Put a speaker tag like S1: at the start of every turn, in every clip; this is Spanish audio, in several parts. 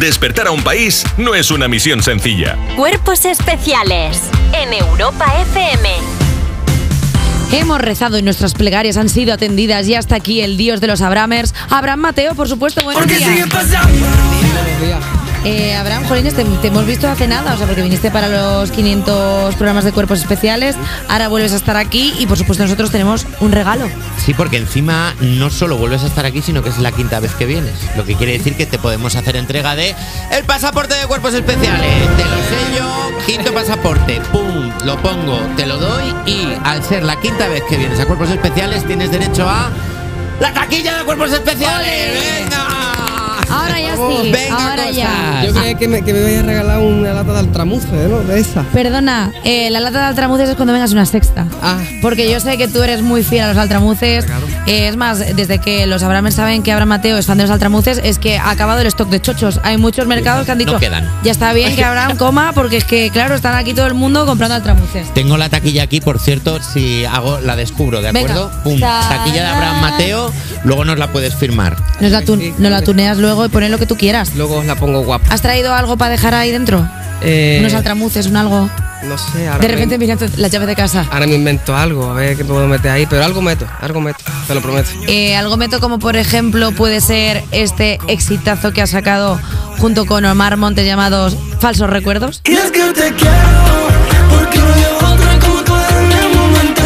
S1: Despertar a un país no es una misión sencilla.
S2: Cuerpos especiales en Europa FM.
S3: Hemos rezado y nuestras plegarias han sido atendidas y hasta aquí el dios de los Abramers, Abraham Mateo, por supuesto, buenos días. Eh, Abraham, Jolines, te, te hemos visto hace nada, o sea, porque viniste para los 500 programas de cuerpos especiales, ahora vuelves a estar aquí y por supuesto nosotros tenemos un regalo.
S4: Sí, porque encima no solo vuelves a estar aquí, sino que es la quinta vez que vienes. Lo que quiere decir que te podemos hacer entrega de el pasaporte de cuerpos especiales. Te lo sello, quinto pasaporte, pum, lo pongo, te lo doy y al ser la quinta vez que vienes a cuerpos especiales tienes derecho a la taquilla de cuerpos especiales.
S3: ¡Ole!
S4: ¡Venga!
S3: Ahora ya
S4: Vamos,
S3: sí,
S4: venga,
S3: ahora
S4: cosas.
S3: ya.
S5: Yo creía que me, que me ibais a regalar una lata de altramuce, ¿no? De esa.
S3: Perdona, eh, la lata de altramuces es cuando vengas una sexta.
S5: Ah.
S3: Porque yo sé que tú eres muy fiel a los altramuces. Eh, es más, desde que los Abramers saben que Abraham Mateo es fan de los altramuces, es que ha acabado el stock de chochos. Hay muchos mercados que han dicho,
S4: No quedan.
S3: ya está bien que Abraham coma, porque es que, claro, están aquí todo el mundo comprando altramuces.
S4: Tengo la taquilla aquí, por cierto, si hago la descubro, ¿de
S3: Venga.
S4: acuerdo? Pum, taquilla de Abraham Mateo, luego nos la puedes firmar.
S3: Nos la, tu- nos la tuneas luego y pones lo que tú quieras.
S5: Luego os la pongo guapa.
S3: ¿Has traído algo para dejar ahí dentro?
S5: Eh,
S3: Unos altramuces, un algo.
S5: No sé, ahora
S3: De
S5: me-
S3: repente mirando las llaves de casa.
S5: Ahora me invento algo, a ver qué puedo meter ahí, pero algo meto, algo meto, te lo prometo.
S3: Eh, algo meto como por ejemplo puede ser este exitazo que ha sacado junto con Omar Montes llamados Falsos Recuerdos.
S6: Y es que te quiero, porque no hay otra como tú en el momento.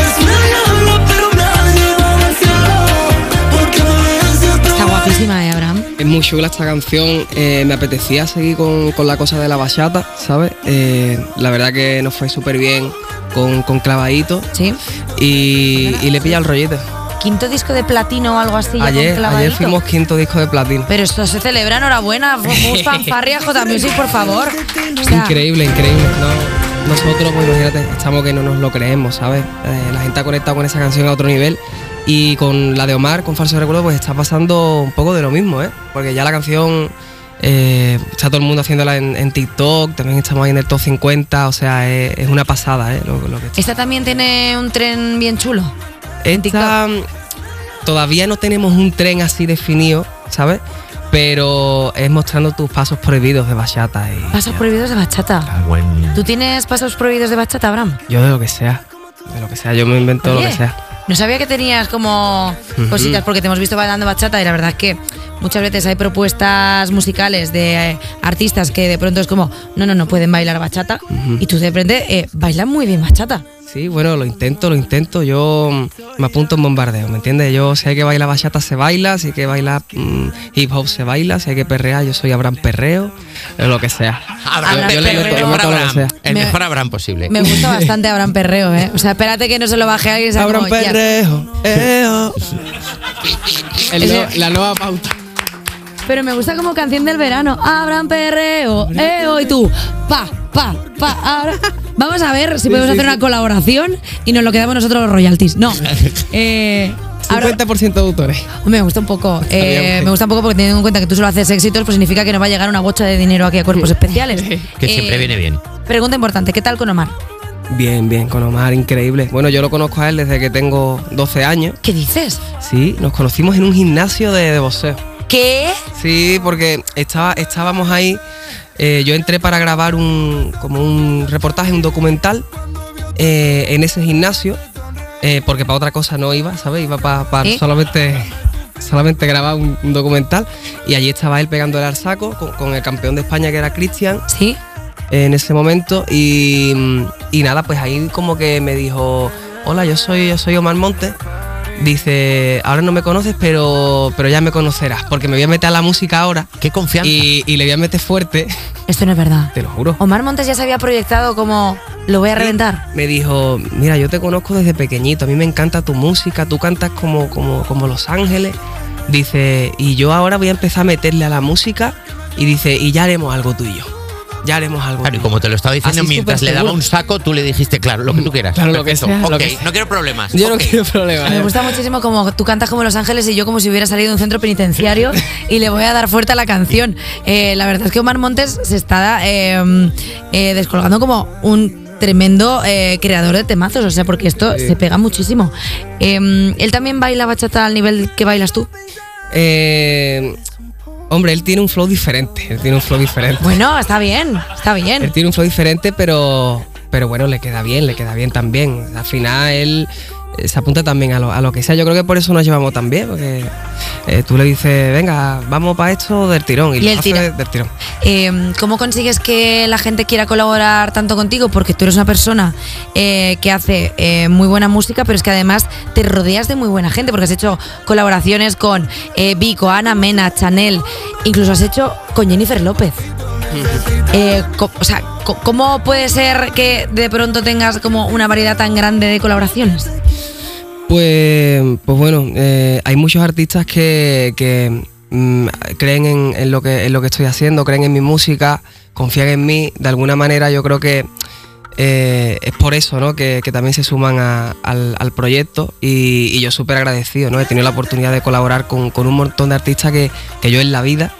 S6: Es mi diablo, pero nadie va al cielo, porque no es otro.
S3: Está guapísima, ¿eh, Abraham?
S5: Es muy chula esta canción, eh, me apetecía seguir con, con la cosa de la bachata, ¿sabes? Eh, la verdad que nos fue súper bien con, con Clavadito
S3: Sí.
S5: y, y le pilla el rollete.
S3: Quinto disco de platino o algo así. ya con
S5: Ayer, ayer
S3: clavadito.
S5: fuimos quinto disco de platino.
S3: Pero esto se celebra, enhorabuena. Mus fanfarria, J Music, por favor. O sea,
S5: Increíble, increíble. No, nosotros, pues imagínate, estamos que no nos lo creemos, ¿sabes? Eh, la gente ha conectado con esa canción a otro nivel. Y con la de Omar, con Falso Recuerdo, pues está pasando un poco de lo mismo, ¿eh? Porque ya la canción eh, está todo el mundo haciéndola en, en TikTok, también estamos ahí en el top 50, o sea, es, es una pasada, ¿eh? Lo, lo que está.
S3: Esta también tiene un tren bien chulo.
S5: Esta, todavía no tenemos un tren así definido, ¿sabes? Pero es mostrando tus pasos prohibidos de bachata. Y,
S3: Pasos prohibidos de bachata.
S4: Buen-
S3: ¿Tú tienes pasos prohibidos de bachata, Abraham?
S5: Yo de lo que sea, de lo que sea, yo me invento lo que
S3: Oye,
S5: sea.
S3: No sabía que tenías como cositas, porque te hemos visto bailando bachata y la verdad es que muchas veces hay propuestas musicales de eh, artistas que de pronto es como, no, no, no pueden bailar bachata. Y tú de repente eh, bailas muy bien bachata.
S5: Sí, bueno, lo intento, lo intento. Yo mm, me apunto en bombardeo, ¿me entiendes? Yo sé que baila bachata se baila, si hay que baila mm, hip hop se baila, si hay que perrear, yo soy Abraham Perreo, eh, lo que sea.
S4: Abraham,
S5: Ah,
S3: Yo- yo
S4: el
S3: le
S4: mejor
S3: meto- le
S5: meto lo que
S4: Abraham,
S5: sea.
S4: el
S3: Me-
S4: mejor Abraham posible.
S3: Me gusta bastante Abraham Perreo, ¿eh? O sea, espérate que no se lo baje a alguien. sea
S5: Abraham
S3: como, ya.
S5: Perreo, eo. El
S3: Ese-
S5: no- la nueva pauta.
S3: Pero me gusta como canción del verano. Abraham Perreo, eo, y tú, pa, pa, pa, ahora. Vamos a ver si podemos hacer una colaboración y nos lo quedamos nosotros los royalties. No. Eh, Abraham-
S5: 50% de autores.
S3: Hombre, Me gusta un poco. eh,
S5: bien.
S3: me gusta un poco porque teniendo en cuenta que tú solo haces éxitos, pues significa que nos va a llegar una bocha de dinero aquí a cuerpos especiales.
S4: que
S3: Eh,
S4: siempre viene bien.
S3: Pregunta importante, ¿qué tal con Omar?
S5: Bien, bien, con Omar, increíble. Bueno, yo lo conozco a él desde que tengo 12 años.
S3: ¿Qué dices?
S5: Sí, nos conocimos en un gimnasio de, de boxeo.
S3: ¿Qué?
S5: Sí, porque estaba, estábamos ahí. eh, yo entré para grabar un, como un reportaje, un documental eh, en ese gimnasio, eh, porque para otra cosa no iba, ¿sabes? Iba para
S3: ¿Eh?
S5: solamente, solamente grabar un, un documental. Y allí estaba él pegándole al saco con, con el campeón de España que era Cristian
S3: ¿Sí?
S5: en ese momento y, y nada, pues ahí como que me dijo, hola, yo soy, yo soy Omar Montes. Dice, ahora no me conoces, pero, pero ya me conocerás, porque me voy a meter a la música ahora
S4: Qué confianza.
S5: y, y le voy a meter fuerte,
S3: Esto no es verdad.
S5: te lo juro.
S3: Omar Montes ya se había proyectado como lo voy a reventar.
S5: Me dijo, mira, yo te conozco desde pequeñito, a mí me encanta tu música, tú cantas como, como, como Los Ángeles. Dice, y yo ahora voy a empezar a meterle a la música y dice, y ya haremos algo tú y yo. Ya haremos algo.
S4: Claro, y
S5: tú y yo".
S4: como te lo estaba diciendo,
S5: Así
S4: mientras
S5: súper
S4: le daba
S5: seguro.
S4: un saco, tú le dijiste, claro, lo que tú quieras.
S5: Claro, lo que
S4: Perfecto.
S5: sea, lo
S4: Ok,
S5: que sea.
S4: no quiero problemas.
S5: Yo no
S4: Ok.
S5: quiero problemas.
S3: Me gusta muchísimo como tú cantas como Los Ángeles y yo como si hubiera salido de un centro penitenciario y le voy a dar fuerte a la canción. Eh, la verdad es que Omar Montes se está eh, eh, descolgando como un tremendo eh, creador de temazos, o sea, porque esto se pega muchísimo. Em, Eh, Él también baila bachata al nivel que bailas tú.
S5: Eh, Hombre, él tiene un flow diferente. Él tiene un flow diferente.
S3: Bueno, está bien, está bien.
S5: Él tiene un flow diferente, pero, pero bueno, le queda bien, le queda bien también. Al final él eh, se apunta también a lo, a lo que sea. Yo creo que por eso nos llevamos tan bien, porque eh, tú le dices, venga, vamos para esto del tirón. Y,
S3: Y
S5: lo
S3: él
S5: hace
S3: tira.
S5: del tirón.
S3: Eh, ¿Cómo consigues que la gente quiera colaborar tanto contigo? Porque tú eres una persona eh, que hace eh, muy buena música, pero es que además te rodeas de muy buena gente, porque has hecho colaboraciones con eh, Vico, Ana Mena, Chanel, incluso has hecho con Jennifer López. Eh, co- o sea, co- ¿cómo puede ser que de pronto tengas como una variedad tan grande de colaboraciones?
S5: Pues, pues bueno, eh, hay muchos artistas que, que, mm, creen en, en lo que, en lo que estoy haciendo, creen en mi música, confían en mí. De alguna manera yo creo que eh, es por eso ¿no? que, que también se suman a- al, al proyecto y, y yo súper agradecido. ¿no? He tenido la oportunidad de colaborar con, con un montón de artistas que, que yo en la vida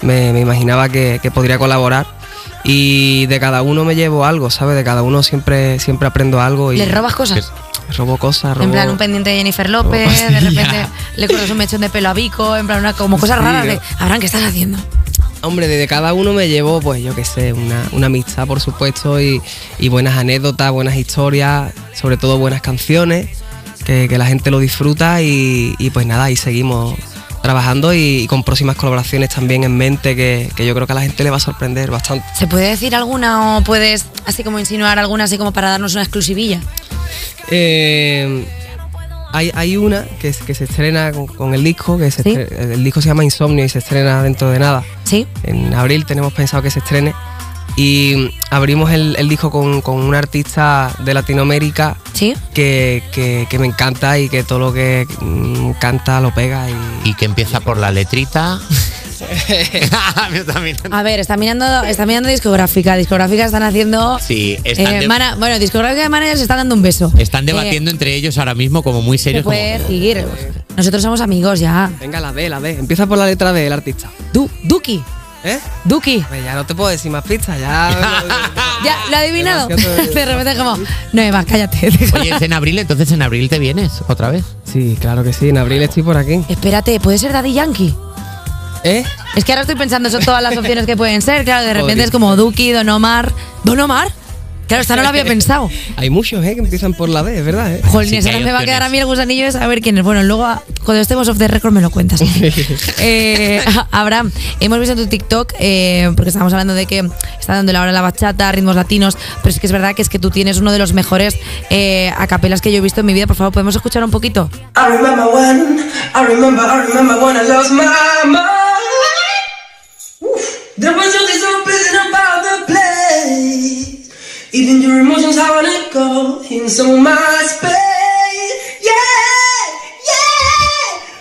S5: me, me imaginaba que, que podría colaborar. Y de cada uno me llevo algo, ¿sabes? De cada uno siempre, siempre aprendo algo. Y
S3: ¿Le robas cosas?
S5: Robo cosas, robo...
S3: En plan, un pendiente de Jennifer López,
S4: Oh,
S3: de
S4: hostia.
S3: repente le cortas un mechón de pelo a Vico, en plan, una, como cosas
S5: Sí,
S3: raras
S5: ¿no?
S3: de, Abraham, ¿qué estás haciendo?
S5: Hombre, desde cada uno me llevo, pues yo qué sé, una, una amistad, por supuesto, y, y buenas anécdotas, buenas historias, sobre todo buenas canciones, que, que la gente lo disfruta y, y pues nada, ahí seguimos trabajando y, y con próximas colaboraciones también en mente, que, que yo creo que a la gente le va a sorprender bastante.
S3: ¿Se puede decir alguna o puedes así como insinuar alguna así como para darnos una exclusivilla?
S5: Eh, hay, hay una que, es- que se estrena con, con el disco, que se
S3: Sí.
S5: estre- el disco se llama Insomnio y se estrena dentro de nada.
S3: ¿Sí?
S5: En abril tenemos pensado que se estrene. Y abrimos el, el disco con, con un artista de Latinoamérica
S3: ¿Sí?
S5: que, que- que me encanta y que todo lo que mm, canta lo pega. Y,
S4: Y que empieza por la letrita. Me está mirando.
S3: A ver, está mirando, está mirando discográfica. Discográfica están haciendo.
S4: Sí, están
S3: eh,
S4: de-
S3: mana- bueno, discográfica de managers están dando un beso.
S4: Están
S5: eh,
S4: debatiendo entre ellos ahora mismo como muy
S3: Eh, se
S4: serios. como-
S5: pues,
S3: puede decir. Nosotros somos amigos ya.
S5: Venga, la D, la D. Empieza por la letra D, el artista.
S3: Du- Duki,
S5: ¿Eh?
S3: Duki.
S5: Pues ya no te puedo decir más pistas, ya.
S3: Ya, ¿lo ha adivinado?
S5: Demasiado-
S3: De repente es como, no, Eva, cállate.
S4: Oye, es en abril, entonces en abril te vienes otra vez.
S5: Sí, claro que sí. En abril estoy por aquí.
S3: Espérate, ¿puede ser Daddy Yankee?
S5: ¿Eh?
S3: Es que ahora estoy pensando, son todas las opciones que pueden ser. Claro, de repente
S5: Podría.
S3: es como Duki, Don Omar. ¿Don Omar? Claro, esta no la había pensado.
S5: Hay muchos, ¿eh? Que empiezan por la D, es verdad, ¿eh?
S3: Jolines,
S4: Sí que hay
S3: ahora me va a
S4: opciones.
S3: quedar a mí el gusanillo de saber quién es. Bueno, luego a- cuando estemos off the record me lo cuentas. eh, Abraham, hemos visto en tu TikTok, eh, porque estábamos hablando de que está dando la hora a la bachata, ritmos latinos, pero sí que es verdad que es que tú tienes uno de los mejores eh, acapelas que yo he visto en mi vida. Por favor, ¿podemos escuchar un poquito?
S6: I remember when, I remember, I remember when I lost my mind. Oof. There was something so busy about the place. Even your emotions, how it go in so much space. Yeah, yeah.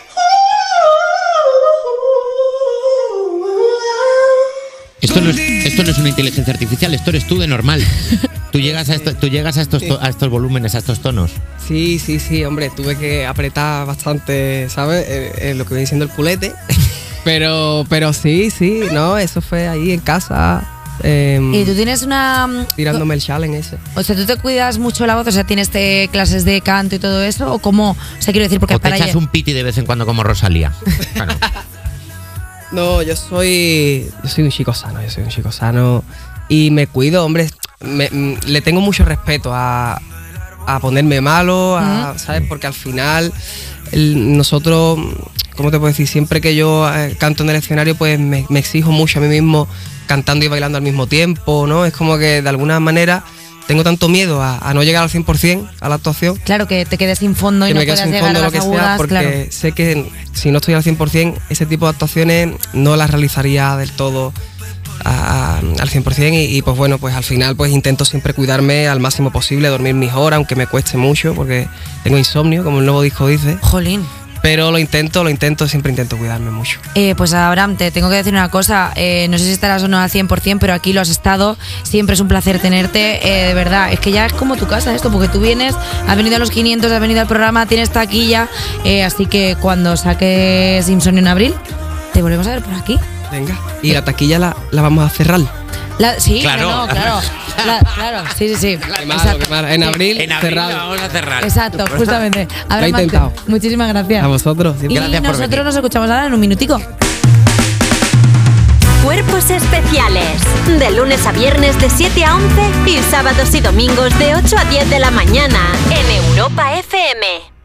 S6: Ooh.
S4: Esto no, es, esto no es una inteligencia artificial, esto eres tú de normal. Tú llegas a, esto- tú llegas a, estos, to- a estos volúmenes, a estos tonos.
S5: Sí, sí, sí, hombre, tuve que apretar bastante, ¿sabes? Eh, eh, lo que viene siendo el culete. Pero, pero sí, sí, no, eso fue ahí en casa,
S4: Mm.
S5: em,
S3: Y tú tienes una... mm,
S5: tirándome el challenge ese.
S3: O sea, ¿tú te cuidas mucho la voz? O sea, ¿tienes eh, clases de canto y todo eso? ¿O cómo? O sea, quiero decir, porque
S4: O te
S3: para
S4: echas
S3: lle-
S4: un piti de vez en cuando como Rosalía. Claro.
S5: No, yo soy, yo soy un chico sano, yo soy un chico sano y me cuido, hombre, me- mm, le tengo mucho respeto a, a ponerme malo, a- ¿sabes? Porque al final el- nosotros, ¿cómo te puedo decir? Siempre que yo eh, canto en el escenario, pues me, me exijo mucho a mí mismo cantando y bailando al mismo tiempo, ¿no? Es como que de alguna manera tengo tanto miedo a, a no llegar al 100% a la actuación
S3: Claro, que te quedes sin fondo y
S5: que
S3: no
S5: me quedo
S3: puedas
S5: sin
S3: llegar
S5: fondo
S3: a
S5: lo
S3: las
S5: que
S3: agudas,
S5: sea, porque
S3: claro.
S5: sé que si no estoy al 100%, ese tipo de actuaciones no las realizaría del todo a- a- al 100% y, y, pues bueno, pues al final pues intento siempre cuidarme al máximo posible, dormir mis horas, aunque me cueste mucho porque tengo insomnio, como el nuevo disco dice,
S3: Jolín.
S5: pero lo intento, lo intento, siempre intento cuidarme mucho.
S3: Eh, pues Abraham, te tengo que decir una cosa, eh, no sé si estarás o no al 100%, pero aquí lo has estado, siempre es un placer tenerte, eh, de verdad, es que ya es como tu casa esto, porque tú vienes, has venido a los 500, has venido al programa, tienes taquilla, eh, así que cuando saques Insomnio en abril, te volvemos a ver por aquí.
S5: Venga. Y la taquilla la, la vamos a cerrar.
S3: La- sí,
S4: Claro.
S3: no, no, claro, La- claro, sí, sí, sí.
S5: Qué malo, qué malo. En abril,
S4: En abril
S5: cerrado.
S4: la vamos a cerrar.
S3: Exacto, justamente. Abraham
S5: Ah, Lo he
S3: Martín,
S5: intentado.
S3: muchísimas gracias.
S5: A vosotros.
S3: Y
S5: siempre.
S4: Gracias por
S3: nosotros
S4: venir.
S3: nos escuchamos ahora en un minutico.
S2: Cuerpos especiales. De lunes a viernes de 7 a 11 y sábados y domingos de 8 a 10 de la mañana en Europa FM.